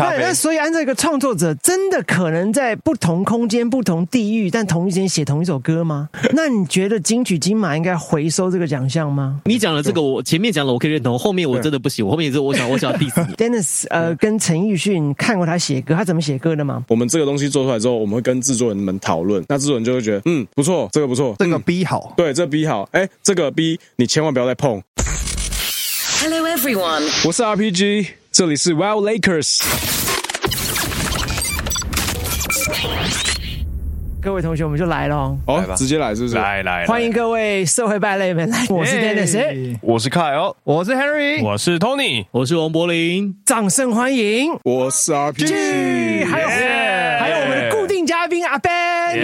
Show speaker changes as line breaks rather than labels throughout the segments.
那所以按照一个创作者，真的可能在不同空间、不同地域，但同一时间写同一首歌吗？那你觉得金曲金马应该回收这个奖项吗
你讲的这个，我前面讲了，我可以认同，后面我真的不行，我后面是我想我想要 diss 你。
？Dennis，呃，跟陈奕迅看过他写歌，他怎么写歌的吗？
我们这个东西做出来之后，我们会跟制作人们讨论，那制作人就会觉得，嗯，不错，这个不错，
这个
嗯
B 好，
对，这 B 好，哎，这个 B 你千万不要再碰。
Hello everyone.
我是 RPG，这里是 Wild Lakers。
各位同学，我们就来了哦，
哦
来吧，
直接来是不是？
来来，来
欢迎，各位社会败类们，来，我是 Dennis，哎
哎
我是 Kyle，
我是 Henry，
我是 Tony，
我是王柏林，
掌声欢迎，
我是 RPG，
还有还有我们的固定嘉宾阿 Ben。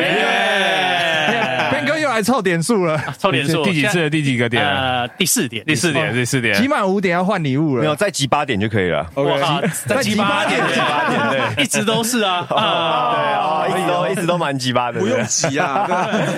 Ben 哥又来凑点数了，
凑点数，
第几次？第几个点了？
呃，第四点，
第四点，第四
起
点。
码五点要换礼物
没有，
了。
再集八点就可以了。
OK，
我靠，在七八点，
集八点对
一直都是啊
对
啊，
啊，一直都一直都蛮鸡巴
哦
的，
哎不用
对
急啊。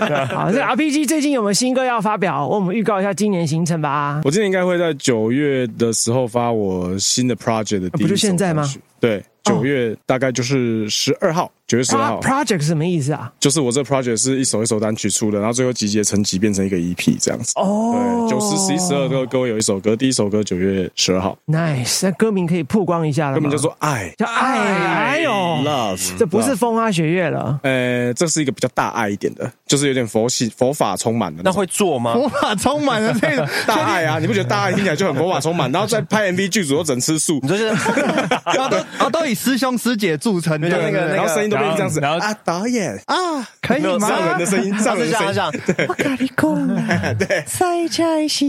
对啊
好，这个 RPG 最近有没有新歌要发表？我们预告一下今年行程吧。
我今年应该会在九月的时候发我新的 project 的第
啊不
一首单曲、
就现在吗
对，九月大概就是十二号，九月十二
啊
号，
project 是什么意思啊？
就是我这 project 是一首一首单曲出的，然后最后集结成集变成一个 EP 这样子。
哦，
对，九十、十一、十二都各位有一首歌，第一首歌九月十二号，
，nice，那歌名可以曝光一
嗯
下了吗，
根本就
哦
说爱
叫爱，哎呦，
love，
这不是
love。
风花雪月 了。
呃，这是一个比较大爱一点的，就是有点佛系、佛法充满的
那
那
会
种
做吗？
魔法充满了这 种，
大爱啊！你不觉得大爱听起来就很佛法充满？然后再拍 MV 剧组又整吃素
你，说是
然后都然后都以师兄师姐著称的，
就那个
然后声音都变成这样子
然后
啊，导演啊，
可以吗？
上人的声音，上
上
人
啊是
的声
这样
音
这。样，
你们这些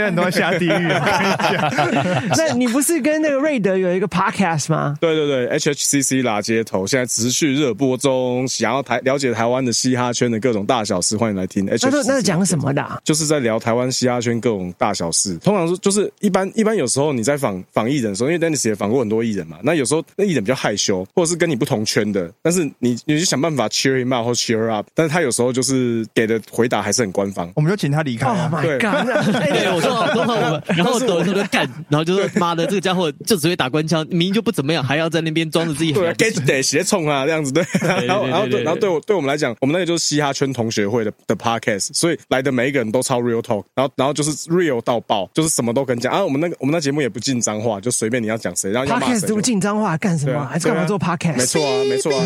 人都要下地狱。
啊
我跟你讲
那你不是跟那个瑞德有一个 podcast 吗？
对对对，HHCC 拉街头现在持续热播中，想要台了解台湾的嘻哈圈的各种大小事，欢迎来听。
那
HHCC
都那是讲什么的啊？
就是在聊台湾嘻哈圈各种大小事。通常说就是一般一般有时候你在访访艺人的时候，因为 Dennis 也访过很多艺人嘛，那有时候那艺人比较害羞，或者是跟你不同圈的，但是你你就想办法 cheer him up 或 cheer up，但是他有时候就是给的回答还是很官方。
我们就请他离开
Oh
啊。
my
对
god！那 哎
对，我说我说我们，然后走那个干，然后就说妈的，这个家伙就只会打官腔，明明就不怎么样，还要在那边装着自己很
对
了
啊
不起。
，get 得斜冲啊，这样子对。然后，然后对，然后对我对我们来讲，我们那个就是嘻哈圈同学会的的 podcast，所以来的每一个人都超 real talk，然后然后就是 real 到爆，就是什么都跟讲啊。我们那个我们那节目也不进脏话，就随便你要讲谁，然后要骂谁
podcast
就
读进脏话干什
对
么？
啊，
还是干嘛
对啊
做 podcast？
没错啊，没错啊。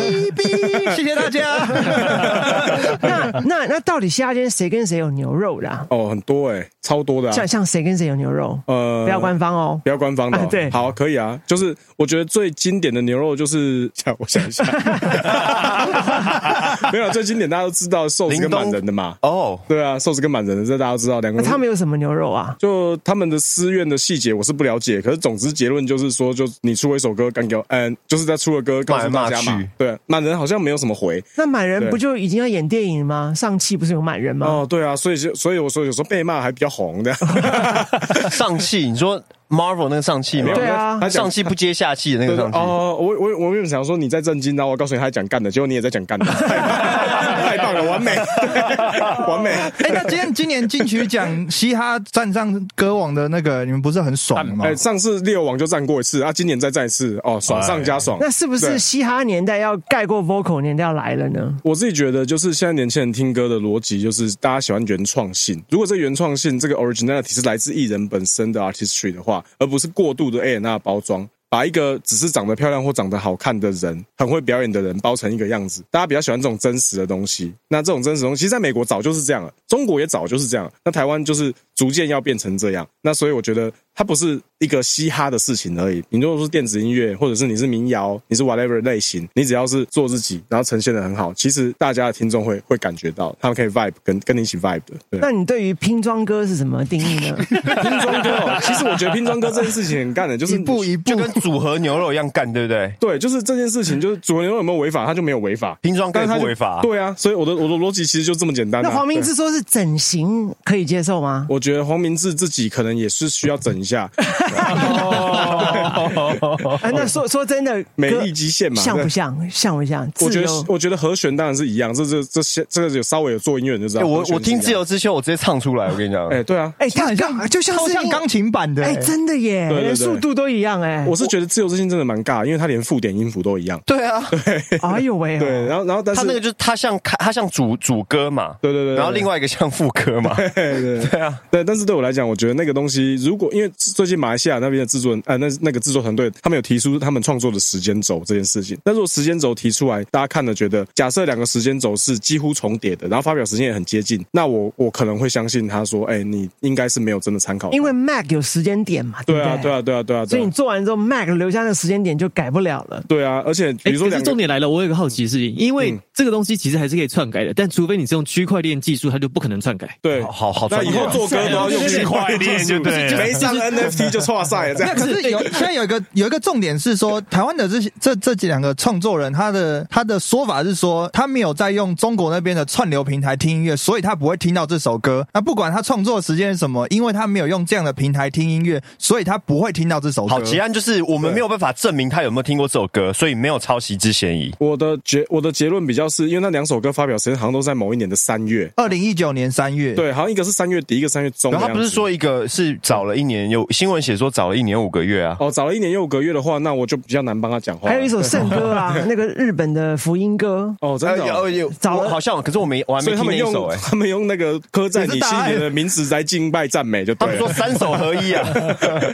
谢谢大家。
那那那到底夏天谁跟谁有牛肉的啊？
哦，很多哎，超多的啊
像。像谁跟谁有牛肉？
呃
不要官方哦
不。要官方的哦
啊对
好，可以啊。就是我觉得最经典的牛肉就是，我想 一下，没有最经典大家都知道寿司跟满人的嘛。
哦，
对啊，寿司跟满人的，这大家都知道。两个
那
人
他们有什么牛肉啊？
就他们的私怨的细节我是不了解，可是总之结论就是说，就你出了一首歌，干掉，嗯、就是在出了歌告诉大家
骂来骂去
嘛，对，满人好像没有什么回。
那满人
对
不就已经要演电影吗？上汽不是有满人
嗯
吗？
哦，对啊，所以就所以我说有时候被骂还比较红 的，
上气，你说 Marvel 那个上气吗？
对啊
他讲
上气不接下气的那
对
个
对
上气。
哦，我我我原本想说你在震惊，然后我告诉你他在讲干的，结果你也在讲干 的，太棒了，完美，对完 美。
哦
哎，那今天今年金曲奖嘻哈站上歌王的那个，你们不是很爽吗
哎、？上次六王就站过一次啊，今年再站一次哦，爽上加爽。
哎
那是不是
对
嘻哈年代要盖过 vocal 年代要来了呢？
我自己觉得，就是现在年轻人听歌的逻辑，就是大家喜欢原创性。如果这原创性，这个 originality 是来自艺人本身的 artistry 的话，而不是过度的 A N R 包装，把一个只是长得漂亮或长得好看的人，很会表演的人包成一个样子，大家比较喜欢这种真实的东西。那这种真实的东西，其实在美国早就是这样了，中国也早就是这样了，那台湾就是逐渐要变成这样。那所以我觉得。它不是一个嘻哈的事情而已。你如果是电子音乐，或者是你是民谣，你是 whatever 类型，你只要是做自己，然后呈现的很好，其实大家的听众会会感觉到，他们可以 vibe 跟跟你一起 vibe 的。对，
那你对于拼装歌是什么定义 呢？
拼装歌、哦， 其实我觉得拼装歌这件事情很干的，就是
一步一步
就，跟组合牛肉一样干，对不对？
对，就是这件事情，就是主流有没有违法，他就没有违法，
拼装
但
更
是他
不
就
违法。
对啊，所以我的我的逻辑其实就这么简单、啊。
那黄明
对
志说是整形可以接受吗？
我觉得黄明志自己可能也是需要整一一下，哦
哎，那说说真的，
美
歌
丽极限嘛
像
对
不像？像不像？
我
自
觉
由
得我觉得和弦当然是一样，这这这些这个有稍微有做音乐人就知道
哎我
和弦是一样。
我听自由之秋，我直接唱出来，我跟你讲，
哎、对啊，
哎，
它
它
很
像
像，
就像
超
是
像钢琴版的、
哎，
哎
真的耶，
对对
连
对
速度都一样哎。
我是觉得自由之心真的蛮尬，因为他连附点音符都一样。
对啊，
哎呦喂，
对，然后然后但是
他那个就是他像开，他像主主歌嘛，
对对对对
然后另外一个像副歌嘛，
对对对啊，对，但是对我来讲，我觉得那个东西，如果因为最近马来西亚那边的制作人，呃，那那个制作团队，他们有提出他们创作的时间轴这件事情。但如果时间轴提出来，大家看了觉得，假设两个时间轴是几乎重叠的，然后发表时间也很接近，那我我可能会相信他说，哎、你应该是没有真的参考它，
因为 Mac 有时间点嘛，
对
不
啊，对啊，对啊，对啊，
所以
对
你
啊，
做完之后，Mac 留下那个时间点就改不了了。
对啊，而且比
哎，
如说
可
两
是
个
重点来了，我有一个好奇的事情，因为
嗯
这个东西其实还是可以篡改的，但除非你是用区块链技术，它就不可能篡改。
对，
好好好啊
那以后做歌都要用
区块链就对了
没上 NFT 就错赛了，这
那
样
可是有现在有一个有一个重点是说，台湾的这些这这几两个创作人，他的他的说法是说，他没有在用中国那边的串流平台听音乐，所以他不会听到这首歌。那不管他创作的时间是什么，因为他没有用这样的平台听音乐，所以他不会听到这首歌。
好，结案就是我们没有办法证明他有没有听过这首歌，所以没有抄袭之嫌疑。
我的结我的结论比较是因为那两首歌发表时间好像都在某一年的三月，
二零一九年三月，，
对，好像一个是三月底，一个三月中的
然
样
后
子。
他不是说一个是找了一年，有新闻写说找了一年五个月啊，
哦，早了一年又五个月的话，那我就比较难帮他讲话。
还有一首圣歌 啊，那个日本的福音歌，
哦，真的
哎
哦、
有有
找了
我好像，可是我没我还
所
没
以他
听那
们
一
用
首哎、
他们用那个刻在你
也是大
心
爱
里的名字来敬拜赞美就
他
对
们说
了。
三手合一啊，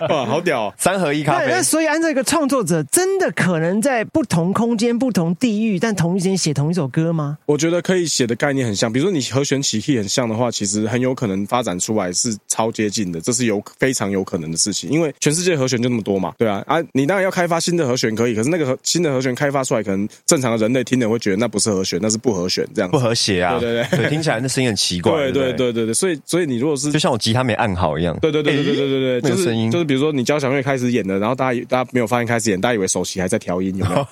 哇，好屌、哦！
三合一咖
那
啡
那。所以按照一个创作者，真的可能在不同空间、不同地域，但同一时间写同一首歌吗？
我觉得可以写的概念很像，比如说你和弦起 key 很像的话，其实很有可能发展出来是超接近的，这是有非常有可能的事情，因为全世界和弦就那么多嘛，对啊，啊，你当然要开发新的和弦可以，可是那个和新的和弦开发出来，可能正常的人类听的会觉得那不是和弦，那是不和弦这样
不
子。
和谐啊，
对对对
听起来那声音很奇怪，
对
对
对
不，
对对对，所以所以你如果是
就像我吉他没按好一样，
对对对对对对对对，
那
就
个声
是
音
就是，比如说你交响乐开始演了，然后大家以大家没有发现开始演，大家以为首席还在调音，有没有？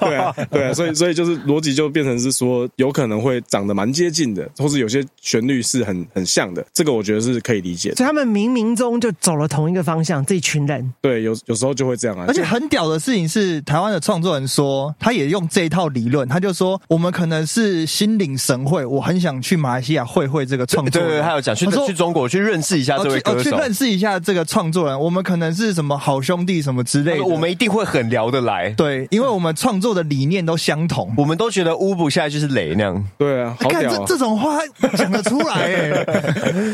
对啊，对啊，所以所以就是逻辑就变成是说，有可能会长得蛮接近的，或是有些旋律是很很像的，这个我觉得是可以理解的。
所以他们冥冥中就走了同一个方向，这一群人。
对，有有时候就会这样啊，
而且很屌的事情是，台湾的创作人说，他也用这一套理论，他就说我们可能是心领神会，我很想去马来西亚会会这个创
对
作
对
人。
对，他有讲去
我说
去中国去认识一下
哦
这位
去哦
歌
去
手，
认识一下这个创作人，我们可能是什么好兄弟什么之类的。
我们一定会很聊得来，
对，因为我们创作的理念都相同。
我们都觉得乌不下就是雷那样。
对啊，好
看
屌、
这
啊！
这种话讲得出来、欸，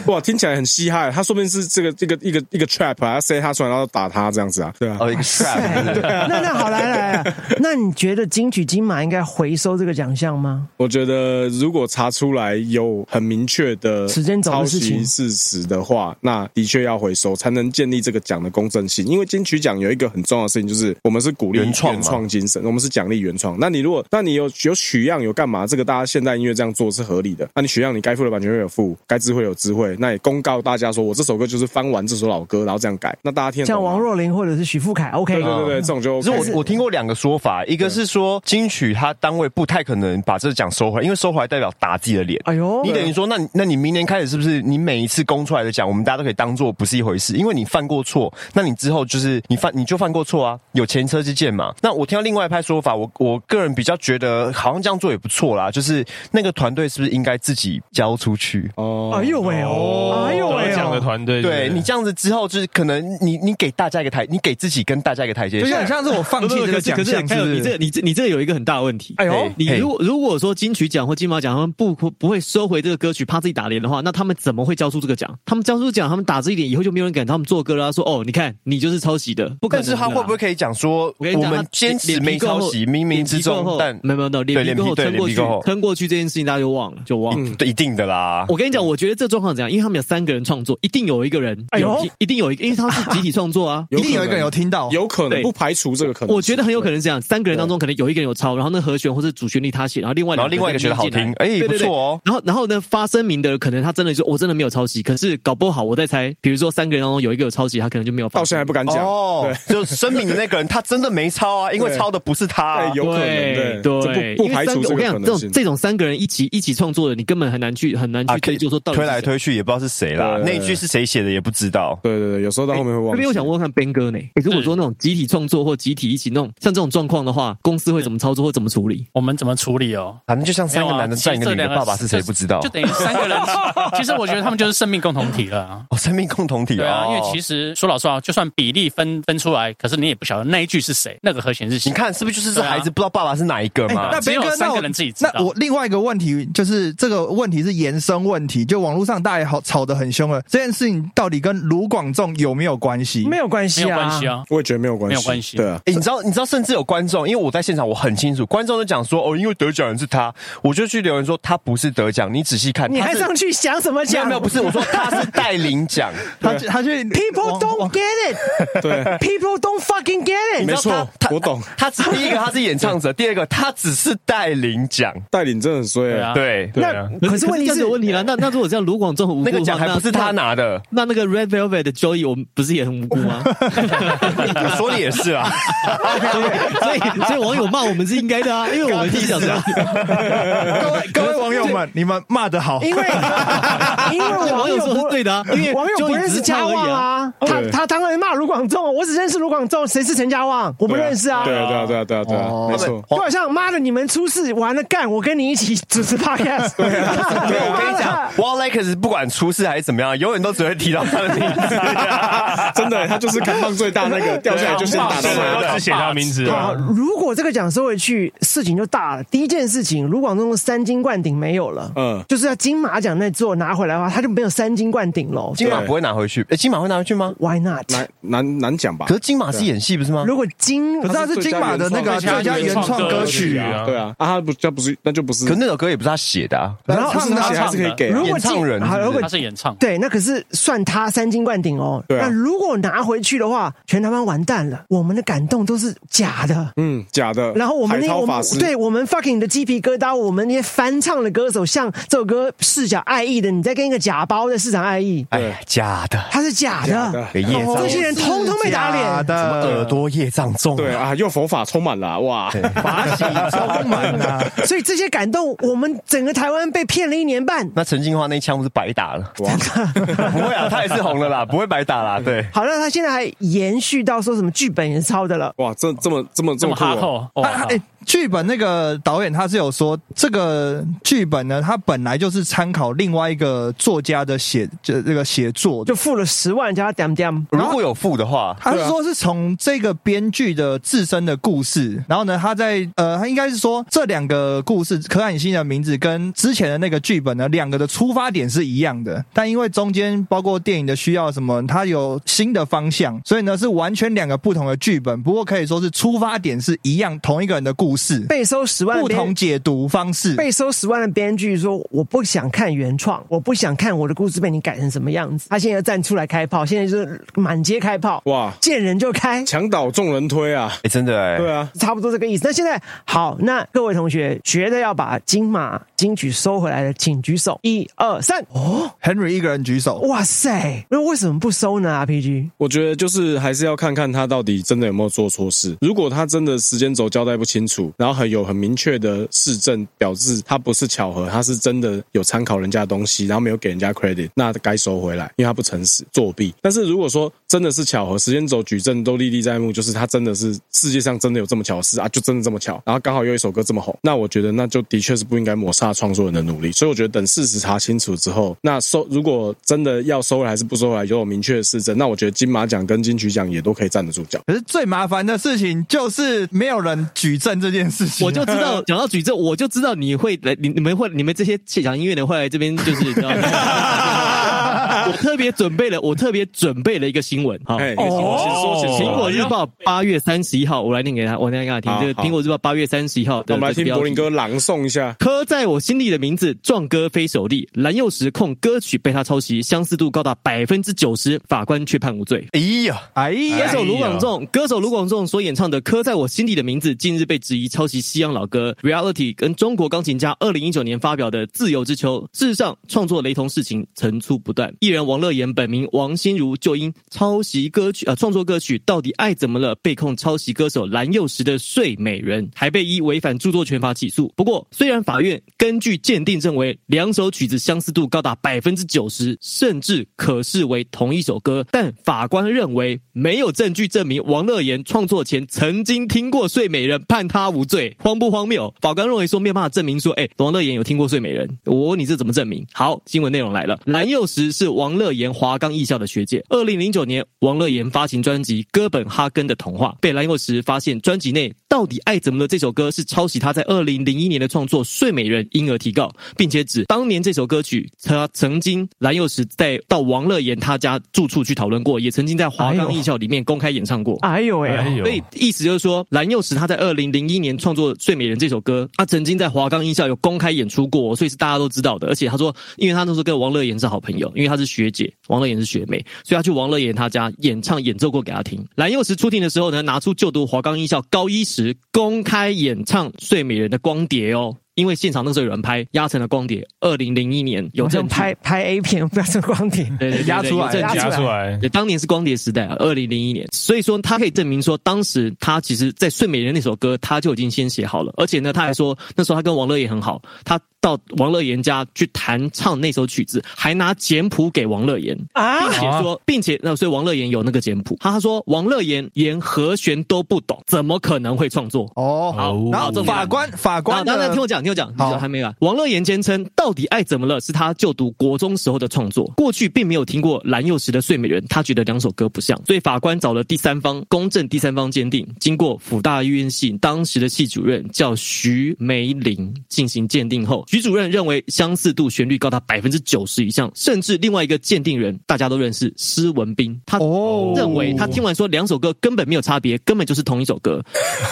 哇，听起来很嘻哈。他说不定是这个这个一个一个 trap 啊，塞他出来然后打他这样子啊，对啊。
哦，一个 trap，
那那好，来来来，那你觉得金曲金马应该回收这个奖项吗？
我觉得如果查出来有很明确的
时间轴
抄
的事情
袭事实的话，那的确要回收，才能建立这个奖的公正性。因为金曲奖有一个很重要的事情，就是我们是鼓励
原创嘛
精神，我们是奖励原创。那你如果那你有有取样有干嘛？这个大家现代音乐这样做是合理的。那你取样，你该付的版权费有付，该智慧有智慧，那也公告大家说我这首歌就是翻完这首老歌，然后这样改，那大家听得懂
像
吗
王若啊琳或者是许富凯，OK，
对对对对，这种就
可是
OK
我我听过两个说法，一个是说金曲它单位不太可能把这个奖收回来，因为收回来代表打自己的脸。
哎呦，
你等于说，那你那你明年开始是不是你每一次公出来的奖，我们大家都可以当做不是一回事？因为你犯过错，那你之后就是你犯你就犯过错啊，有前车之鉴嘛。那我听到另外一派说法，我我个人比较觉得好像这样做也不错啦，就是那个团队是不是应该自己交出去？
哦
哎呦喂哦，哎呦喂
得奖的
哦，
团队，
对你这样子之后，就是可能你你给大家一个台，你给自己跟大家一个台阶
就
下。
像像是我放
不
弃这
不可
个
是
奖
可是
项，
还
是
有
不
你这
是？
个你这你这个有一个很大问题。
哎呦
嘿，
你
嘿
如果如果说金曲奖或金马奖他们不不会收回这个歌曲，怕自己打脸的话，那他们怎么会交出这个奖？他们交出奖，他们打这一点以后就没有人敢他们做歌了、啊，说哦，你看你就是抄袭的，不可能
但
的啦。
是他会不会可以讲说，
我跟你讲，
们
他
坚持
脸
没
皮够
抄
厚
袭，冥冥
脸皮
之
够
中
厚，
但
没有没有没有，
对
脸皮够厚
对
撑过
脸皮够厚嗯
去，撑过去这件事情大家就忘了，就忘了。
对一定的啦。
我跟你讲，我觉得这状况怎样？因为他们有三个人创作，一定有一个人
哎呦
有听，一定有一个，因为他们是集体创作 啊。
一定有一个人有听到，
有可能
对
不排除这个可能，
我觉得很有可能是这样，三个人当中可能有一个人有抄，然后那和弦或是主旋律他写，然后另外
然后另外一个觉得好
再
听
念，进来
哎，
对
不
对对
错哦。
然后，然后呢？发声明的可能他真的就我真的没有抄袭，可是搞不好我在猜，比如说三个人当中有一个有抄袭，他可能就没有发
到
声
现在还不敢讲。
哦
对，
就声明的那个人，他真的没抄啊，因为
对
抄的不是他啊、
对，哎有可能
对
对，这
对，
不
因
不
为
排除
三个
这
我跟
个
你讲，这
可能
种
性。
这种三个人一起一起创作的，你根本很难去很难
啊
去追究说到底
推
是
来
谁
推去也不知道是谁啦，
对
那一句是谁写的也不知知道。
对对对，有时候到后面会忘
哎这
记。
边我想问问看 Ben 哥呢、欸如果说那种集体创作或集体一起弄，像这种状况的话，公司会怎么操作或怎么处理？
我们怎么处理哦？
反正就像三个
没有啊
男的占一
其
个
实
女的，
这两
爸爸是谁
就
不知道
就？等于三 个人。其实我觉得他们就是生命共同体了啊。
哦，生命共同体
对啊，因为
哦
其实说老实话，就算比例分分出来，可是你也不晓得那一句是谁，那个和弦是谁。
你看是不是就是这
对啊
孩子不知道爸爸是哪一个
哎
嘛？
那
只
边
有
哥，
三
那
个
我
人自己知道
那我另外一个问题就是，这个问题是延伸问题，就网络上大家好吵得很凶了，这件事情到底跟卢广仲有没有关系？
没有关
没
系
有
啊，
关系啊。
我也觉得没有关系，
没有关系
对啊，
哎、你知道，你知道，甚至有观众，因为我在现场，我很清楚，观众都讲说，哦，因为得奖人是他，我就去留言说他不是得奖，你仔细看，
你
他
还
是
上去想什么
没有
讲？
没有，不是，我说他是带领奖，
他去他去
People
网
don't
网
get it.
对
People don't fucking get
你
it.
知
没
道
错
他他
我懂
他只第一个他是演唱 者，第二个他只是带领奖，
带领真的很衰、
对啊
对对啊，
那可是问题
这
是
样子有，问题了。那那如果这样，卢广仲很无辜
那
的话，
个奖还不是他
那。
拿的，
那那个 Red Velvet 的 Joey，我们不是也很无辜 吗？
我 说的也是啊，
所以所以所以网友骂我们是应该的啊，因为我们是想 说，
各位各位网友 们，你们骂得好，
因 为因为
网
网
友说
友
是
不
对的啊，因为
网友
就
不
你
认
只
识
是唱
嘉
而
旺
已啊。
啊，他
对
他当然骂卢广仲，我只认识卢广仲，谁是陈嘉旺？我不认识啊。
对啊，对啊，对啊，对啊，对啊，
哦
没错。
就好像妈的，你们出事完了干，我跟你一起主持 podcast。对 啊
没有，我跟你讲 w a l l a k e s 不管出事还是怎么样，永远都只会提到他的名 字，
真的，他就是扛棒最大那个，掉下来就先打到
对啊
他。
我只写他名字
好，
啊。
如果这个奖收回去，事情就大了。第一件事情，卢广仲三金冠顶没有了，
嗯
就是要金马奖那座拿回来的话，他就没有三金冠顶喽。
金马不会拿回去，哎，金马会拿回去吗？
Why not？
难难难讲吧
可？是金马是演戏不是吗？
如果金，
可是他是金马的那个啊
最
最
佳
佳
原
原
创
创
歌
歌
曲
曲
啊
啊，
对啊，啊，他不，他不是，那就不是
可。那首歌也不是他写的啊，
然后
但是
唱
他
他
写还是可以给啊
如，果
演唱
金
人
好，
是
如果
不是
他是演唱，
对，那可是算他三金冠顶哦。
对啊
那如果拿回去的话，全台湾完蛋了，我们的感动都是假的。
嗯，假的。
然后我们
海
那
涛
我
法
们
师，
对我们 fucking 的鸡皮疙瘩，我们那些翻唱的歌手，像这首歌是讲爱意的，你在跟一个假包在市场爱意，
哎，假的，
它是假
假
的
的，
给业障
这些人通通被打
假
脸。
什么耳
的，
朵业障重、
对，啊，又佛法充满了啊哇！
把 喜充满啊，
所以这些感动，我们整个台湾被骗了一年半。
那陈金花那一枪不是白打了？哇， 不会啊，他也是红了啦，不会白打啦。对，
好，那他现在还延续到说什么剧本也是抄的了，
哇，这这么这么这
这么
么酷
哈
哦！
扣，哇
他
啊
他哎，剧本那个导演他是有说，这个剧本呢，他本来就是参考另外一个作家的写这这个写作的
就。付了十万加 damn damn。
如果有付的话，
啊
他是说是从这个编剧的自身的故事，然后呢，他在呃，他应该是说这两个故事，可汗星的名字跟之前的那个剧本呢，两个的出发点是一样的，但因为中间包括电影的需要什么，它有新的方向，所以呢是完全两个不同的剧本，不过可以说是出发点是一样，同一个人的故事，
被收十万的
不
编
同解读方式。
被收十万的编剧说：“我不想看原创，我不想看我的故事被你改成什么样子。”他现在站出来开炮，现在就是满街开炮，
哇
见人就开，
墙倒众人推啊！
哎、真的哎、
对啊，
差不多这个意思。那现在好，那各位同学觉得要把金马金曲收回来的，请举手，一二三。哦，
Henry 一个人举手，
哇塞，那为什么不收呢？RPG
我觉得就是还是要看看他到底真的有没有做错事。如果他真的时间轴交代不清楚，然后很有很明确的市政表示他不是巧合，他是真的有参考人家的东西，然后没有给人家 credit，那该收回来，因为他不诚实作弊。但是如果说真的是巧合，时间轴矩阵都历历在目，就是他真的是世界上真的有这么巧的事啊，就真的这么巧，然后刚好有一首歌这么红，那我觉得那就的确是不应该抹杀创作人的努力。所以我觉得等事实查清楚之后，那收如果真的要收回来还是不收回来，有明确的事证，那我觉得金马奖跟金曲奖也都可以站得住脚。
可是最麻烦的事情就是没有人举证这件事情。
我就知道，讲到举证，我就知道你会来，你你们会，你们这些讲音乐的会来这边，就是你知道吗 我特别准备了，我特别准备了一个新闻哈。
哎，哦，请说，请
苹
说。
果日报八月三十一号，我来念给他，我来念给他
好
听。这个
好
苹果日报八月三十一号
那
的，
我们来听
这个标题
柏林哥朗诵一下。
刻在我心里的名字，壮哥非首例。蓝幼时控歌曲被他抄袭，相似度高达百分之九十，法官却判无罪。
哎呀，
哎呀
歌，手卢广仲，歌手卢广仲所演唱的《刻在我心底的名字》，近日被质疑抄袭西洋老歌《Reality》跟中国钢琴家二零一九年发表的《自由之秋》，事实上创作雷同事情层出不穷。艺人人王乐妍本名王心如就因抄袭歌曲呃创作歌曲《到底爱怎么了》被控抄袭歌手蓝又时的《睡美人》，还被依违反著作权法起诉。不过，虽然法院根据鉴定认为两首曲子相似度高达百分之九十，甚至可视为同一首歌，但法官认为没有证据证明王乐妍创作前曾经听过《睡美人》，判他无罪。荒不荒谬？法官认为说没有办法证明说，哎、王乐妍有听过《睡美人》。我问你这怎么证明？好，新闻内容来了。蓝幼时是王乐妍华冈艺校的学姐。二零零九年，王乐妍发行专辑《哥本哈根的童话》，被蓝幼时发现专辑内《到底爱怎么了》这首歌是抄袭她在二零零一年的创作《睡美人》，因而提告，并且指当年这首歌曲，她曾经蓝幼时在到王乐妍她家住处去讨论过，也曾经在华冈艺校里面公开演唱过。
哎呦喂、
哎呦
所以意思就是说，蓝幼时他在二零零一年创作《睡美人》这首歌，他曾经在华冈音校有公开演出过，所以是大家都知道的。而且他说，因为他那时候跟王乐妍是好朋友，因为他是学姐，王乐妍是学妹，所以他去王乐妍他家演唱演奏过给他听。蓝幼时出庭的时候呢，拿出就读华冈音校高一时公开演唱《睡美人》的光碟哦。因为现场那时候有人拍压成了光碟，二零零一年有
好
证
像
据
拍拍 A 片，不要说光点。
对对对对
压出来
有证据
压出来，
对，当年是光碟时代啊，二零零一年，所以说他可以证明说，当时他其实在《睡美人》那首歌他就已经先写好了，而且呢，他还说那时候他跟王乐妍很好，他到王乐妍家去弹唱那首曲子，还拿简谱给王乐妍，
啊
并且说，并且呃那所以王乐妍有那个简谱，他他说王乐妍连和弦都不懂，怎么可能会创作？
哦，
好，
然
好
后
重点
法
来
官法
啊，
官
当然
的
听我讲，听我讲，
好
还没啊完。王乐妍坚称，到底爱怎么了是他就读国中时候的创作，过去并没有听过蓝幼时的《睡美人》，他觉得两首歌不像，所以法官找了第三方公正第三方鉴定，经过辅大医院系当时的系主任叫徐梅玲进行鉴定后，徐主任认为相似度旋律高达百分之九十以上，甚至另外一个鉴定人大家都认识施文斌，他
哦
认为他听完说两首歌根本没有差别，根本就是同一首 歌。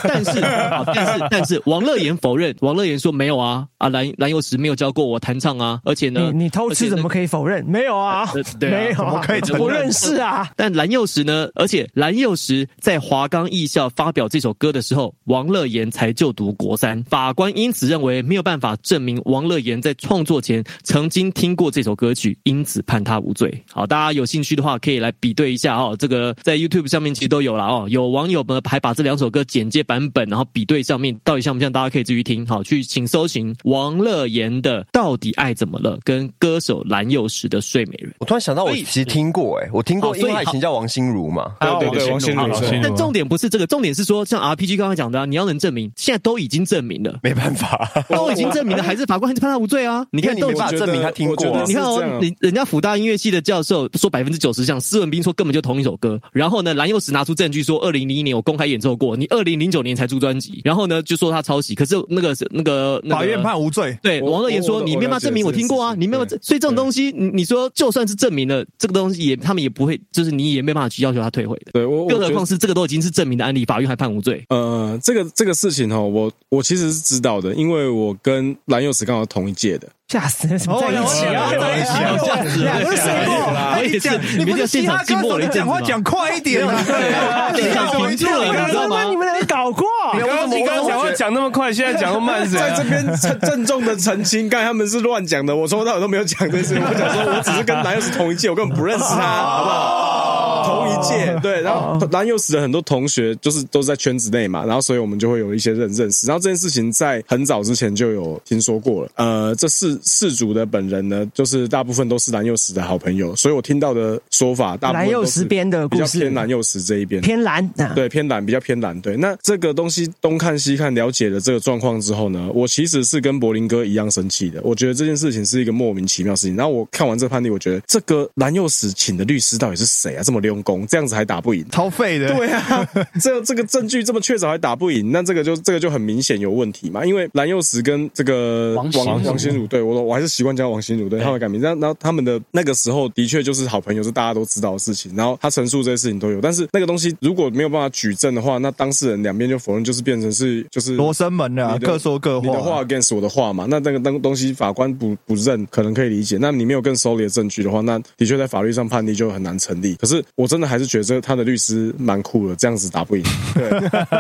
但是，好但是，但是，王乐妍否认，王乐妍说没有啊，啊，蓝蓝幼时没有教过我弹唱啊，而且呢，
你你偷吃怎么
而且呢？
可以否认？没有啊
呃，对啊
没有、
怎
啊，
么可以承认
我认识啊。
但蓝幼时呢？而且蓝幼时在华冈艺校发表这首歌的时候，王乐妍才就读国三。法官因此认为没有办法证明王乐妍在创作前曾经听过这首歌曲，因此判他无罪。好，大家有兴趣的话可以来比对一下哦。这个在 YouTube 上面其实都有了哦。有网友们还把这两首歌简介版本，然后比对上面到底像不像，大家可以继续听。好，去请搜寻王乐妍的《到底爱怎么了》跟歌手蓝幼时的《睡美人》。
我突然想到，我
所以
其实听过、哎，我听
好
过，
所以
因为他以前叫王心如嘛。
对对对王心如
王
是
心如
但重点不是这个，重点是说，像 RPG 刚刚讲的、啊，你要能证明，现在都已经证明了，
没办法，
哦
都已经证明了，还是法官还是判他无罪啊？你
因为
看，
你
都
没
已经
办法证明他听
我觉
过、
得
啊
我觉。
你看
是
哦
这样啊，
人人家辅大音乐系的教授说百分之九十像施文斌说根本就同一首歌，然后呢，蓝幼时拿出证据说二零零一年我公开演奏过，你二零零九年才出专辑，然后呢就说他抄袭，可是那个那个那个
法院判无罪，
对，
我
王乐妍
哦我
说
我
你
我
没办
了
法
解
证明我
这件
听过啊，
事情
你没有办法
对
证，所以这种东西，你你说就算是证明了这个东西也，他们也不会，就是你也没办法去要求他退回的。
对哦我，我
更何
觉得
况是这个都已经是证明的案例，法院还判无罪。
呃，这个这个事情哈，我我其实是知道的，因为我跟蓝幼时刚好同一届的。
吓死人！什么在一起啊？
哦有
在一起啊
有
在一起啊两
有
哎
个
有
水
啊哎有
果，
我也是，你们
不
叫
是
现
其
场
他
静
歌
默
手
了一阵
讲
子
话
嘛，
讲快一点啊！对啊
现场
对啊
停住了，你知道吗
你？们俩搞过？
你 刚刚你刚刚讲话讲那么快，现在讲那么慢是怎
在
样，
这边郑郑重的澄清，刚才他们是乱讲的，我从头到尾都没有讲这事。我讲说，我只是跟蓝幼时同一届，我根本不认识他，好不好？同一届，对。然后蓝幼时的很多同学就是都是在圈子内嘛，然后所以我们就会有一些认认识。然后这件事情在很早之前就有听说过了。呃，这事事主的本人呢，就是大部分都是蓝幼时的好朋友，所以我听到的说法，大部分
蓝
都是
幼时编的故
比
事
较偏蓝幼时这一边，
偏蓝啊？
对，偏蓝，比较偏蓝。对，那这个东西东看西看，了解了这个状况之后呢，我其实是跟柏林哥一样生气的。我觉得这件事情是一个莫名其妙的事情。然后我看完这判例，我觉得这个蓝幼时请的律师到底是谁啊？这么溜工，这样子还打不赢？
超废的，
对啊， 这这个证据这么确凿还打不赢，那这个就这个就很明显有问题嘛。因为蓝幼时跟这个
王心
王
如
王心如，对我我还是习惯叫王心如，对他们改名。但然后他们的那个时候的确就是好朋友，是大家都知道的事情。然后他陈述这些事情都有，但是那个东西如果没有办法举证的话，那当事人两边就否认，就是变成是就是
罗生门的啊
你的
各说各
你的
话
话。against 我的话嘛，那那个那个东西法官不不认，可能可以理解。那你没有更 solid 的证据的话，那的确在法律上判例就很难成立。可是我真的还是觉得这他的律师蛮酷的，这样子打不赢。对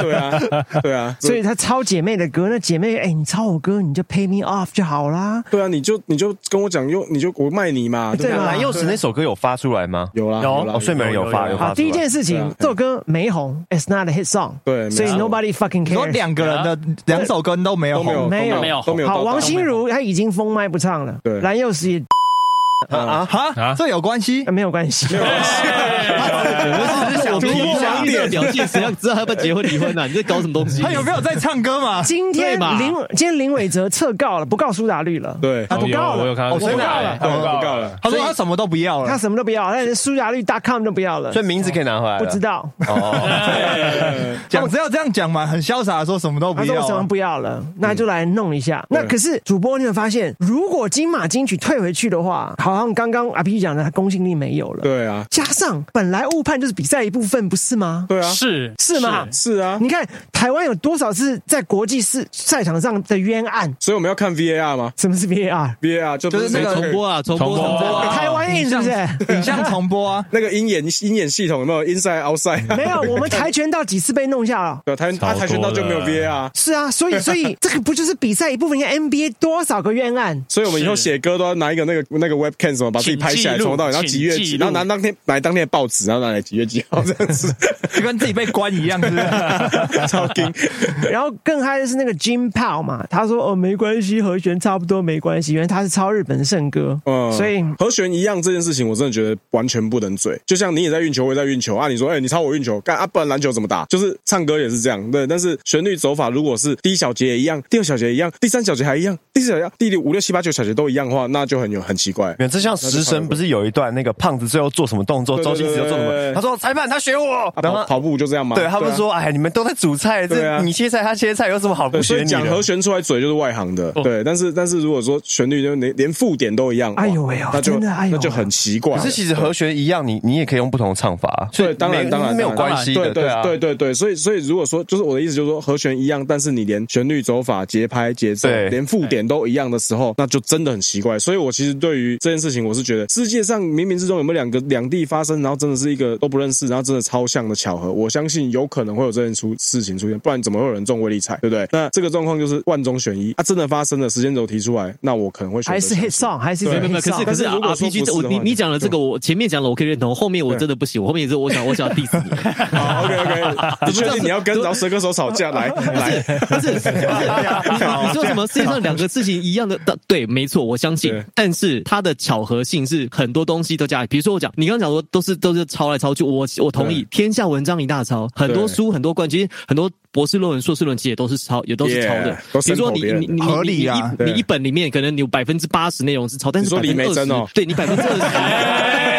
对啊，对啊，
所以他抄姐妹的歌，那姐妹哎、你抄我歌，你就 pay me off 就好啦。
对啊，你就你就跟我讲用，你就我卖你嘛，对
对
吧？
啊
蓝又时那首歌有发出来吗？
有啦，
有
啦
哦，睡美人有发
有有
有
有
发出
好，
来。
第一件事
对
情
啊，
这首歌没红，It's not a hit song，
对没
所以
错
nobody fucking
你说
cares。
两个人的两首歌都没有
哎都
没
红
没有
有
都
没有
都没有到
好，
达。
王心如她已经封麦不唱了，
对
蓝又时也
啊哈，这有关系
呃？没有关系，
我只是想提一下这个表现，谁要知道他要不要结婚离婚啊？你在搞什么东西？
他有没有在唱歌 嘛？
今天
对嘛
林今天林伟哲撤告了，不告苏打绿了，
对
他不告
哎我
了
有，看到，哎
哦所以
我
哪
有
对不告了。
他说他什么都不要
他
了，
什么都不要，但是苏打绿 .com 都不要了
所，以名字可以拿回来了。哦
不知道，
讲只要这样讲嘛，很潇洒地说什么都不
他说
要
我什
啊
么。不要了，那就来弄一下。那可是主播，你有发现，如果金马金曲退回去的话，好像刚刚阿 P 讲的，他公信力没有了。
对啊，
加上本来误判就是比赛一部分，不是吗？
对啊，
是
是吗？
是啊，
你看台湾有多少是在国际赛赛场上的冤案？
所以我们要看 VAR 吗
什么是 VAR？
？VAR 就不
就是是那个
那个
重播啊？重播
重播
重
啊
播
台湾硬是不是？
影像重播啊，
那个鹰眼鹰眼系统有没有 inside outside？
没有，我们跆拳道几次被弄下了。
对，啊跆拳
超
他
多
跆拳道就没有
的
VAR，
是啊，所以所以这个不就是比赛一部分？你看 NBA 多少个冤案？
所以我们以后写歌都要拿一个那个那个 webcam 什么，把自己拍下来，
请记录
从头到尾，然后几月
请
几，
记
然
录
后拿当天买当天的报纸，然后拿来几月几号这样子，
就跟自己被关一样，是不是？
超惊。
然后更嗨的是那个 Jim Pal 嘛，他说哦没关系，和弦差不多没关系，原来他是抄日本圣歌，
嗯，
所以
和弦一样这件事情，我真的觉得完全不能嘴。就像你也在运球，我也在运球啊，你说哎、你抄我运球，干啊，不然篮球怎么打？就是唱歌也是这样，对。但是旋律走法如果是第一小节也一样，第二小节也一样，第三小节还一样，第四小节、第六五六七八九小节都一样的话，那就很有很奇怪。
没有，这像食神不是有一段那个胖子最后做什么动作，
对对
周星驰又做什
对对对
么？他说裁判他学我
啊、，
然后
跑跑步就这样嘛。
对他们
啊
说，哎，你们都在煮菜，
对啊
这你切菜他切菜有什么好
对，
不
所
学
以
你
讲和
的？
弦出来嘴就是外行
哦
的，对。但是但是如果说旋律就连连附点都一样，哇
哎呦喂哦
那就
真的哎呦喂
那就很奇怪
可
了。
是其实和弦一样，你你也可以用不同的唱法，啊所以
对，当然
没
当然
没有
当然
关系
对
的，
对
啊，
对对对，所以所以如果说就是我的意思就是说和弦一样，但是你连旋律走法、节拍、节奏、
对
连附点都一样的时候，那就真的很奇怪。所以我其实对于这件事情，我是觉得世界上冥冥之中有没有两个两地发生，然后真的是一个都不认识，然后真的超像的巧合，我相信有可能会有这件出事情出现，不然怎么会有人中威力彩，对不对？那这个状况就是万中选一，啊，真的发生了，时间轴提出来，那我可能会选择
还是
相
hit
信
song，还是
对
没有没
hit
有，可
song。
是可是
但是如果说
RPG 这
不是
我
的话
你你
就
讲了这个，我前面讲了我可以认同，后面我
对
真的不行，我后面也是我想我想 diss 你。
好，OK OK，你确定你要跟饶舌歌手吵架来来？
不是，不是，你你说什么世界上两个事情一样的， 对，没错，我相信
对。
但是它的巧合性是很多东西都加，比如说我讲，你刚刚讲说都是都是抄来抄去，我我同意
对，
天下文章一大抄，很多
对
书很多冠军，很多博士论文、硕士论文其实也都是抄，也都是抄的
Yeah，都。
比如说
sample
你
别人
你
的
你
合理
你
啊
你
对
一你一本里面可能有百分之八十内容是抄，但
你
是
说
百
李
分
梅
之
珍哦哎
二十，对你百分之 二十。
对，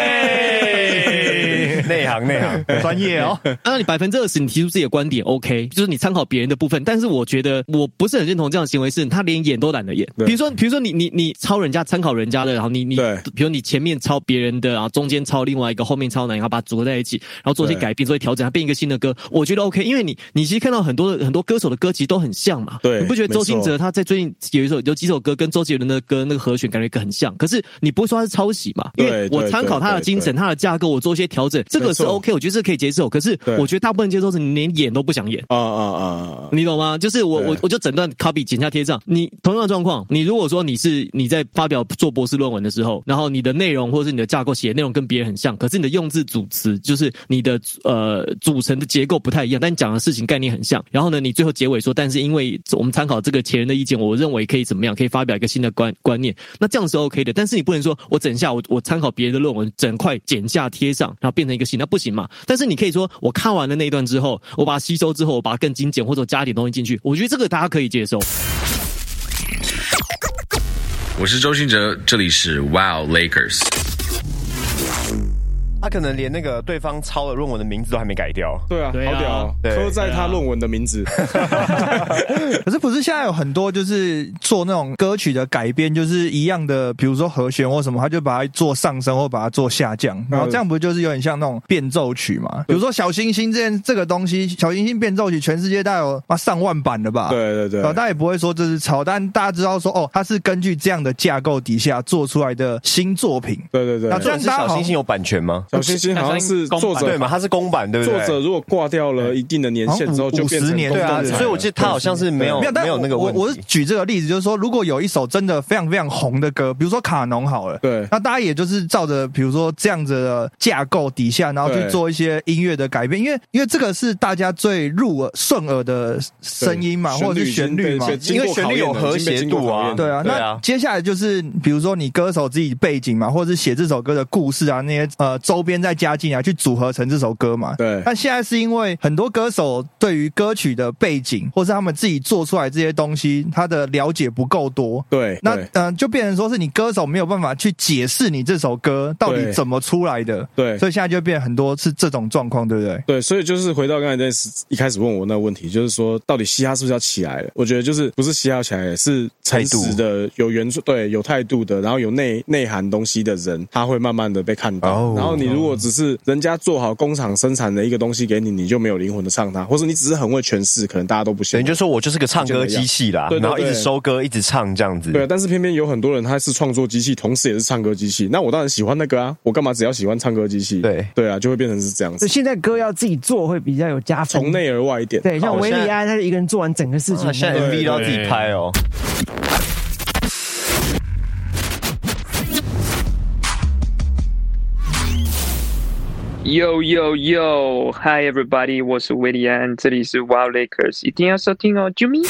内行内行，
专业哦，
按照啊你百分之二十，你提出自己的观点，OK，就是你参考别人的部分。但是我觉得我不是很认同这样的行为，是他连演都懒得演。
对
比如说，比如说你你你抄人家参考人家的，然后你你
对，
比如你前面抄别人的，然后中间抄另外一个，后面抄哪一个，然后把它组合在一起，然后做一些
对
改变，做一些调整，它变一个新的歌，我觉得 OK。因为你你其实看到很多的很多歌手的歌其实都很像嘛，
对
你不觉得周兴
没错
哲他在最近有一首有几首歌跟周杰伦的歌那个和弦感觉很像，可是你不会说他是抄袭嘛？因为
对
我
对
参考
对
他的
对
精神整
对。
它的架构，我做一些调整，这个是
没错
OK，我觉得是可以接受。可是
对
我觉得大部分人接受是你连演都不想演。
啊啊啊！
你懂吗？就是我
对
我我就整段 copy 剪下贴上。你同样的状况，你如果说你是你在发表做博士论文的时候，然后你的内容或是你的架构写的内容跟别人很像，可是你的用字组词就是你的呃组成的结构不太一样，但你讲的事情概念很像。然后呢，你最后结尾说，但是因为我们参考这个前人的意见，我认为可以怎么样，可以发表一个新的观观念，那这样是 OK 的。但是你不能说我整下我我参考别人的论文，整块剪下贴上，然后变成一个新，那不行嘛。但是你可以说，我看完了那一段之后，我把它吸收之后，我把它更精简或者我加一点东西进去，我觉得这个大家可以接受。
我是周信哲，这里是 Wow Lakers。
他可能连那个对方抄的论文的名字都还没改掉。
对啊，好
对啊
屌哦，
对
刻在他论文的名字。
可是不是现在有很多就是做那种歌曲的改编，就是一样的，比如说和弦或什么，他就把它做上升或把它做下降，然后这样不就是有点像那种变奏曲嘛？比如说小星星这件这个东西，小星星变奏曲全世界大概有啊上万版的吧？。
啊
对对对，
哦
呃，大家也不会说这是抄，但大家知道说哦，它是根据这样的架构底下做出来的新作品。
对对对，
那
这
这
样
样
是
啊
大家
小
好
星星有版权吗？
小星星好像是作
对
者
嘛？它是公版，对不
作
对？
者如果挂掉了一定的年限之后，
好像五
就变成
50年
对啊，
公众
对
所以我记得他好像是没有
没有，但
哦没有那个
我
问
我我是
题。
举这个例子，就是说，如果有一首真的非常非常红的歌，比如说《卡农》好了，
对
那大家也就是照着比如说这样子的架构底下，然后去
对
做一些音乐的改变，因为因为这个是大家最入耳顺耳的声音嘛，
对
或者是旋律嘛。
已经被被经过
因为旋律
考
有
验了已经被
和谐
经过
度啊
考验了
对啊，
对
那
啊
接下来就是比如说你歌手自己背景嘛，或者是写这首歌的故事啊，那些呃周边再加进来去组合成这首歌嘛。
对
但现在是因为很多歌手对于歌曲的背景，或是他们自己做出来这些东西，他的了解不够多。
对，
那
对
呃，就变成说是你歌手没有办法去解释你这首歌到底
对
怎么出来的，
对
所以现在就变很多是这种状况，对不对？
对，所以就是回到刚才那一开始问我那个问题，就是说到底嘻哈是不是要起来了？我觉得就是不是嘻哈起来了，是诚实的、有原创、对有态度的，然后有内内涵东西的人，他会慢慢的被看到。
哦
然后你如果只是人家做好工厂生产的一个东西给你，你就没有灵魂的唱它，或者你只是很会诠释，可能大家都不喜
等
欢
于。就说我就是个唱歌机器啦
对，对对
然后一直收歌，一直唱这样子。
对啊，但是偏偏有很多人他是创作机器，同时也是唱歌机器。那我当然喜欢那个啊，我干嘛只要喜欢唱歌机器？
对
对啊，就会变成是这样
所
子
以，现在歌要自己做会比较有加分。
从内而外一点。
对，像
好
维
现
里
在
安，他就一个人做完整个事情
啊，。现在 MV 都要自己拍哦。
Yo Yo Yo，Hi everybody，我是威利安，这里是 Wild Lakers，一定要收听哦，啾咪。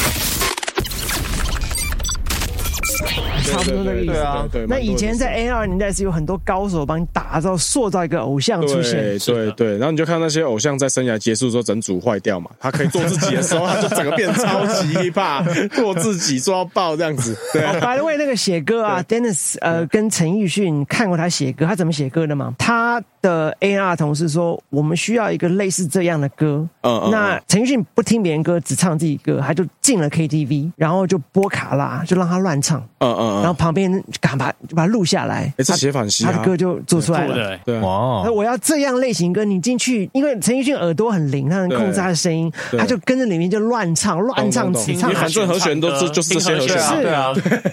对，
差不多那个意思
对啊。对
那
蛮多
以前
的
在 N 二年代是有很多高手帮你打造、塑造一个偶 像出现
对。对对，然后你就看那些偶像在生涯结束之后整组坏掉嘛，他可以做自己的时 候，他就整个变超级 hiphop，做自己做到爆这样子。对啊，
白哦 way 那个写歌 啊，Dennis 呃跟陈奕迅看过他写歌，他怎么写歌的嘛？他的 A R 同事说，我们需要一个类似这样的歌。
嗯嗯
那陈奕迅不听别人歌，只唱自己歌，他就进了 K T V，然后就播卡拉，就让他乱唱，
嗯嗯
然后
嗯，
旁边赶把就把它录下来，
哎，这
他
写反嘻
他的
哈
歌，就做出来
做
了。
的
对啊，
哇
那，我要这样类型歌，你进去，因为陈奕迅耳朵很灵，他能控制他的声音，
对
他就跟着里面就乱唱，乱唱，
懂懂
只
懂
唱
你反正和弦都是就是这些和
听
弦
和
啊
弦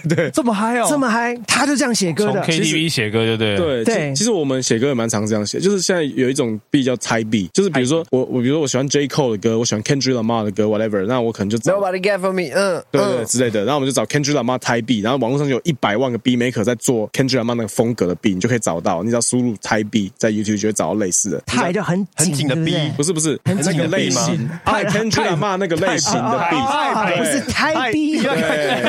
是
对啊，
这么嗨哦，
这么嗨，他就这样写歌
从
的。
KTV 写歌，对不对？，
对啊
对
其其实我们写歌也蛮常这样写，就是现在有一种 B 叫猜 B，就是比如说我我比如说我喜欢 J Cole 的歌，我喜欢 Kendrick Lamar 的歌，whatever，那我可能就找
Nobody get for me，嗯，
对对对之类的，然后我们就找 Kendrick Lamar 猜 B，然后网络上就有一百万个 B maker 在做 Kendrick Lamar 那个风格的 B，你就可以找到，你只要输入猜 B，在 YouTube 就会找到类似的。
太就很
很紧
紧
的
对不
B，
对
不是不是，
很
那
紧
个
的 B
类型
吗，
太 Kendrick Lamar 那个类型的 B，
啊不
哎
是太逼，
对
我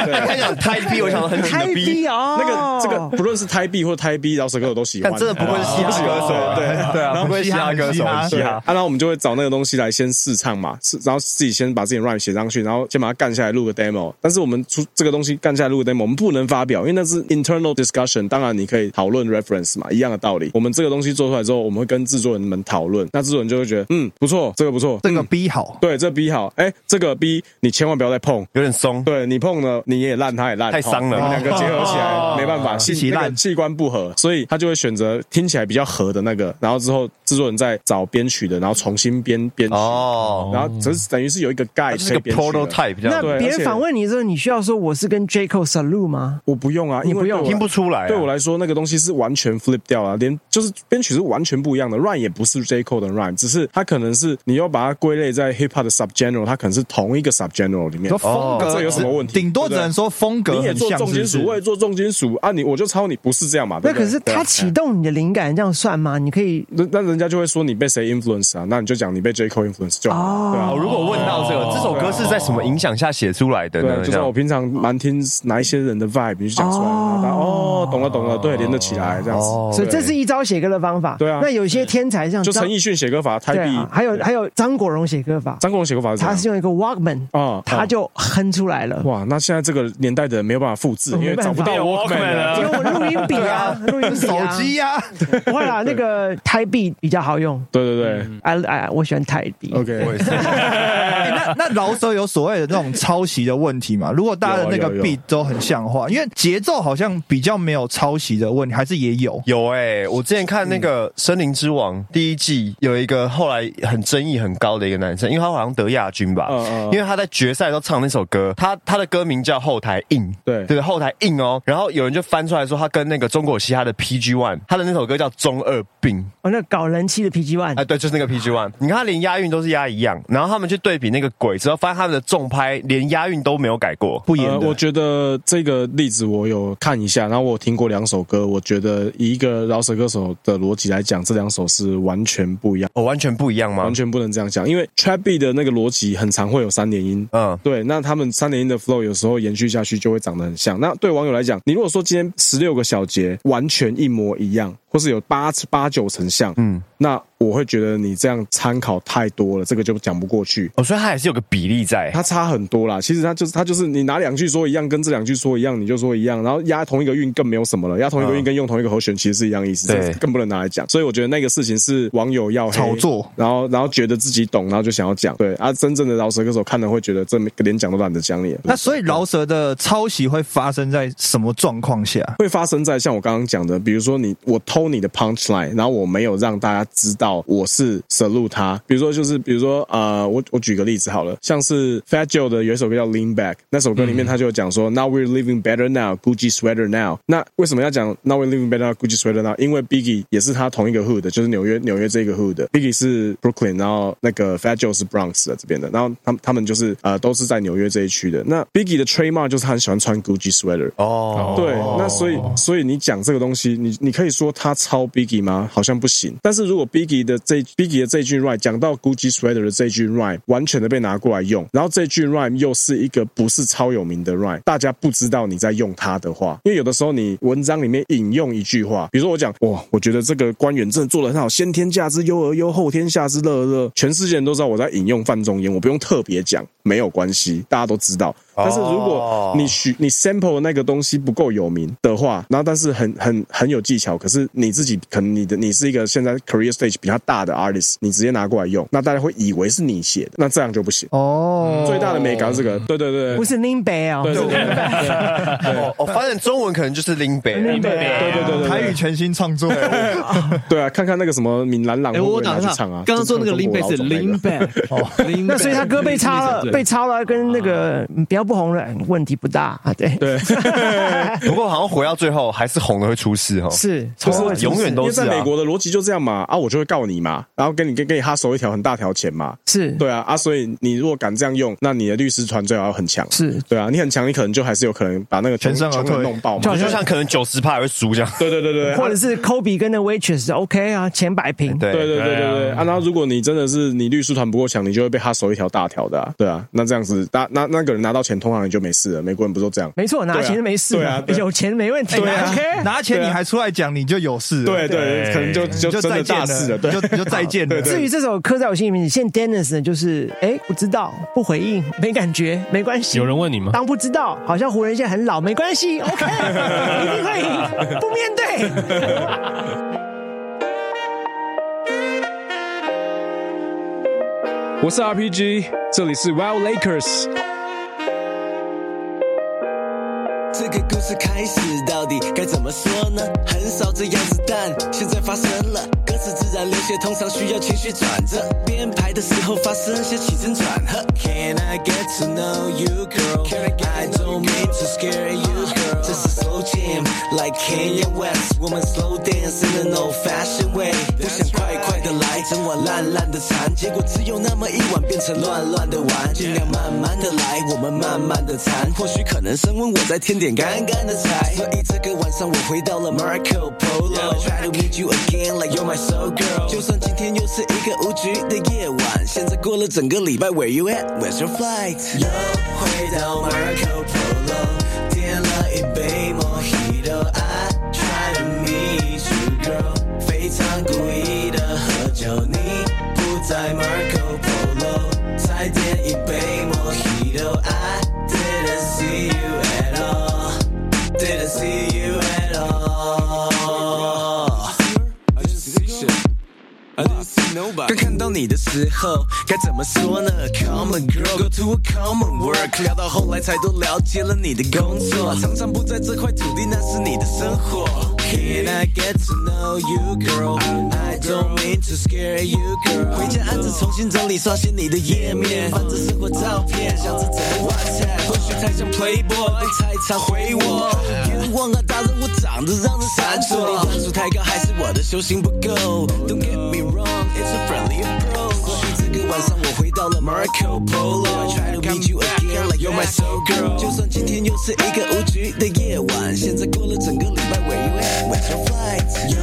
跟
对
你讲，胎 B，我想很紧
太
的 B，
逼哦，
哎那个这个，不论是胎 B 或胎 B，饶舌歌手都喜欢，
但真的不愧是嘻哈歌手 啊，
对
对啊，不愧是嘻哈歌手，很嘻
对
哈
啊，。然后我们就会找那个东西来先试唱嘛，试然后自己先把自己的 rap 写上去，然后先把它干下来录个 demo。但是我们出这个东西干下来录个 demo，我们不能发表，因为那是 internal discussion。当然你可以讨论 reference 嘛，一样的道理。我们这个东西做出来之后，我们会跟制作人们讨论，那制作人就会觉得，嗯，不错，这个不错，
这个 B 好，
对，嗯这 B 好，哎，这个 B 你千万不要再碰。
有点松，
对你碰了，你也烂，他也烂，
太伤了
哦你们两个结合起来
哦
没办法，
一起
器那个
烂
器官不合，所以他就会选择听起来比较合的那个，然后之后制作人再找编曲的，然后重新编编曲，
哦，
然后只是等于是有一个
它
guide
就是个
可以编曲的
prototype 这
那
样，
对
别
而
人
且
访问你的时候，你需要说我是跟 J. Cole Salute 吗？
我不用啊，因为对我
听不。出来啊，
对我来说，那个东西是完全 flip 掉啊，连就是编曲是完全不一样的，rhyme 也不是 J Cole 的 rhyme，只是它可能是你要把它归类在 hip hop 的 sub genre，它可能是同一个 sub genre 里面
说。风
哦
格
这有什么问题
顶多只
对不对
能说风格
你也
很
做
像，
重
是
金
不
属，我也
是？
做重金属啊！你我就抄你，不是这样嘛？对
那
不对啊
可是他启动你的灵感，这样算吗？你可以
那那人家就会说你被谁 influence 啊？那你就讲你被 J Cole influence 就好了，对啊
哦，。如果问到这个，这首歌是在什么影响下写出来的
对啊，就
呢？这
像
样
我平常蛮听哪一些人的 vibe，你就讲出来，然后大家哦，懂了懂了，对，连得起来这样子。
哦
所以这是一招写歌的方法。
啊对啊
那有些天才像
就
张
陈奕迅写歌法，台
对
币
啊，还有还有张国荣写歌法，
张国荣写歌法是怎
他
样
是用一个 Walkman，
哦
他就哼出来了。
哇，那现在这个年代的人没有办法复制，因
没
为
办
找
法
不到啊
没有 Walkman
啊
了
因为我录音笔啊，录音笔
手
啊，
机呀、
不会啦，那个台币比较好用。
对对对
嗯
哎哎，我喜欢台币。
，OK，
欸那那饶舌有所谓的那种抄袭的问题嘛？如果大家的那个
有有有
beat 都很像的话，因为节奏好像像比较没有抄袭的问题，还是也有。
有哎、我之前看那
嗯
个《森林之王》第一季，有一个后来很争议很高的一个男生，因为他好像得亚军吧，
嗯嗯嗯
因为他在决赛都唱那首歌，他他的歌名叫《后台硬》，
对
对，后台硬哦。然后有人就翻出来说，他跟那个中国嘻哈的 PG One，他的那首歌叫《中二病》。
哦，那搞人气的 PG One，
哎
啊，对，就是那个 PG One，你看他连押韵都是押一样，然后他们去对比那个鬼之后，发现他们的重拍连押韵都没有改过，不
呃，我觉得这个例子我有看一下，然后我有听过两首歌，我觉得以一个饶舌歌手的逻辑来讲，这两首是完全不一样，
哦，完全不一样吗
完？全不能这样讲，因为 trap beat 的那个逻辑很常会有三连音。
嗯，
对，那他们三连音的 flow 有时候延续下去就会长得很像。那对网友来讲，你如果说今天十六个小节完全一模一样，或是有八八九成像，
嗯，
那我会觉得你这样参考太多了，这个就讲不过去。
哦，所以他还是有个比例在。
它差很多啦。其实它就是它就是你拿两句说一样，跟这两句说一样，你就说一样，然后押同一个韵更没有什么了，押同一个韵跟用同一个和弦其实是一样意思，
嗯对
这更不能拿来讲。所以我觉得那个事情是网友要黑
炒作，
然后然后觉得自己懂，然后就想要讲。对啊，真正的饶舌歌手看了会觉得这连讲都懒得讲你。
那所以饶舌的抄袭会发生在什么状况下？
会发生在像我刚刚讲的，比如说你我偷你的 punch line，然后我没有让大家知道我是 salute 他。比如说就是比如说呃，我我举个例子好了，像是 Fat Joe 的有一首歌叫 Lean Back，那首歌里面他就有讲说、Now we're living better now, Gucci sweater now。那为什么要讲 Now we're living better now, Gucci sweater now？因为 Biggie 也是他同一个 hood 的，就是纽约纽约这个 hood 的，Biggie 是 Brooklyn，然后那个 Fat Joe 是 Bronx 的这边的，然后他们他们就是呃都是在纽约这一区的。那 Biggie 的 trademark 就是他很喜欢穿 Gucci sweater。
哦，
对，那所以所以你讲这个东西，你你可以说他抄 Biggie 吗？好像不行。但是如果 Biggie 的这 Biggie 的这一句 rhyme 讲到 Gucci sweater 的这一句 rhyme 完全的被拿过来用，然后这句 rhyme 又是一个不是超有名的 rhyme，大家不知道你在用它的话，因为有的时候你文章里面引用一句话，比如说我讲哇，我觉得这个官员真的做的很好，先天下之忧而忧，后天下之乐而乐，全世界人都知道我在引用范仲淹，我不用特别讲，没有关系，大家都知道。但是如
哦
果你许你 sample 的那个东西不够有名的话，然后但是很很很有技巧，可是你自己可能你的你是一个现在 career stage 比较大的 artist，你直接拿过来用，那大家会以为是你写的，那这样就不行。
哦，
最大的美感是这个，对对对，
不是林北哦，
对对对对
哦哦，反正中文可能就是林北，
林北啊
对对对对
台语全新创作，哎
对啊！看看那个什么闽南朗会
哎，
不
我
会拿
打
去
岔
唱啊，，
刚刚说那个
就是
林
中
北
国
是
老总那个
林北，林
那所以他歌被抄了，
对
被抄了，跟那
啊
个嗯比较不红了，问题不大啊。对对，
不过好像回到最后还是红的会出事哈。
是，
就是
从来
永远都
因为
是
在
啊
美国的逻辑就这样嘛，啊，我就会告你嘛，然后跟你跟跟你哈手一条很大条钱嘛，
是
对啊啊，所以你如果敢这样用，那你的律师团最好要很强，
是
对啊，你很强，你可能就还是有可能把那个
全身而
穷
退
人弄爆嘛，
就像可能九十趴会输这样。
对对对对，
或
啊
者是 Kobe 跟那 Waitress OK 啊，前百平。
对
对对对对对啊！然后如果你真的是你律师团不够强，你就会被哈手一条大条的、啊，对啊。那这样子，那那那个人拿到钱，通常也就没事了。美国人不都这样？
没错，拿
对啊
钱就没事
对
嘛
啊，对啊
有钱没问题。
对啊
OK，
拿钱你还出来讲，你就有事了，
对对，对可能就
你
就
就
真
再
的
见
大事了，对。啊
就就再见了。
至于这首歌在我心里面，现在 Dennis 呢，就是哎，不知道，不回应，没感觉， 没关系。
有人问你吗？
当不知道，好像湖人现在很老，没关系，OK，一 定会赢，不面对。
我是 RPG，这里是 Wild Lakers。
这个故事开始到底该怎么说呢？很少这样子，但现在发生了。歌词自然流血，通常需要情绪转折。编排的时候发生些起承转合。Can I get to know you, girl? I don't mean to scare you, girl. 这是 slow jam like Kanye West，我们 slow dance in an old fashioned way。不想快快的来，整碗烂烂的馋，结果只有那么一碗，变成乱乱的玩。尽量慢慢的来，我们慢慢的馋，或许可能升温，我再添点干干的菜。所以这个晚上我回到了 Marco Polo。Try to meet you again like you're my soul girl。就算今天又是一个无局的夜晚，现在过了整个礼拜，Where you at? Where's your flight? 又回到 Marco Polo，点了一杯 Mojito。I try to meet you girl，非常故意的喝酒，你不在 Marco Polo，再点一杯 Mojito。I didn't see you at all。Didn't see you at all. I didn't see shit. I didn't see nobody. 刚看到到你的时候，哦该怎么说呢？Common girl go to a common work，聊到后来才都了解了你的工作，常常不在这块土地，那是你的生活。Can I get to know you, girl? I don't mean to scare you, girl. 回家暗自重新整理刷新你的页面，翻着生活照片，想着怎么 WhatsApp，或许太像 Playboy，被查一查回我。冤枉啊，大人我长得让人闪躲，你分数太高还是我的修行不够？Don't get me wrong, it's a friendly approach. 所以这个晚上我回到了 Marco Polo. I try to meet you again like you're my soul girl. 就算今天又是一个无局的夜晚，现在过了整个礼拜，Where you at? When's your flight? 又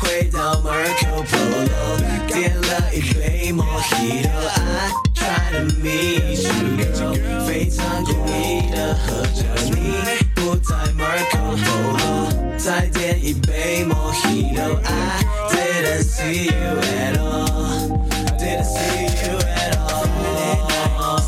回到 Marco Polo，点了一杯 Mojito。I try to meet you girl，非常故意的喝着你，不在 Marco Polo，再点一杯 Mojito。I didn't see you at all。Didn't see you at all.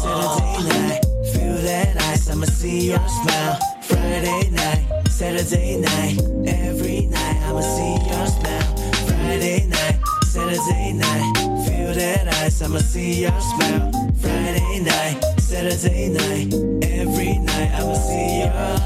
Saturday night, feel that ice. I'ma see your smile. Friday night, Saturday night, every night. I'ma see your smile. Friday night, Saturday night, feel that ice. I'ma see your smile. Friday night, Saturday night, every night. I'ma see your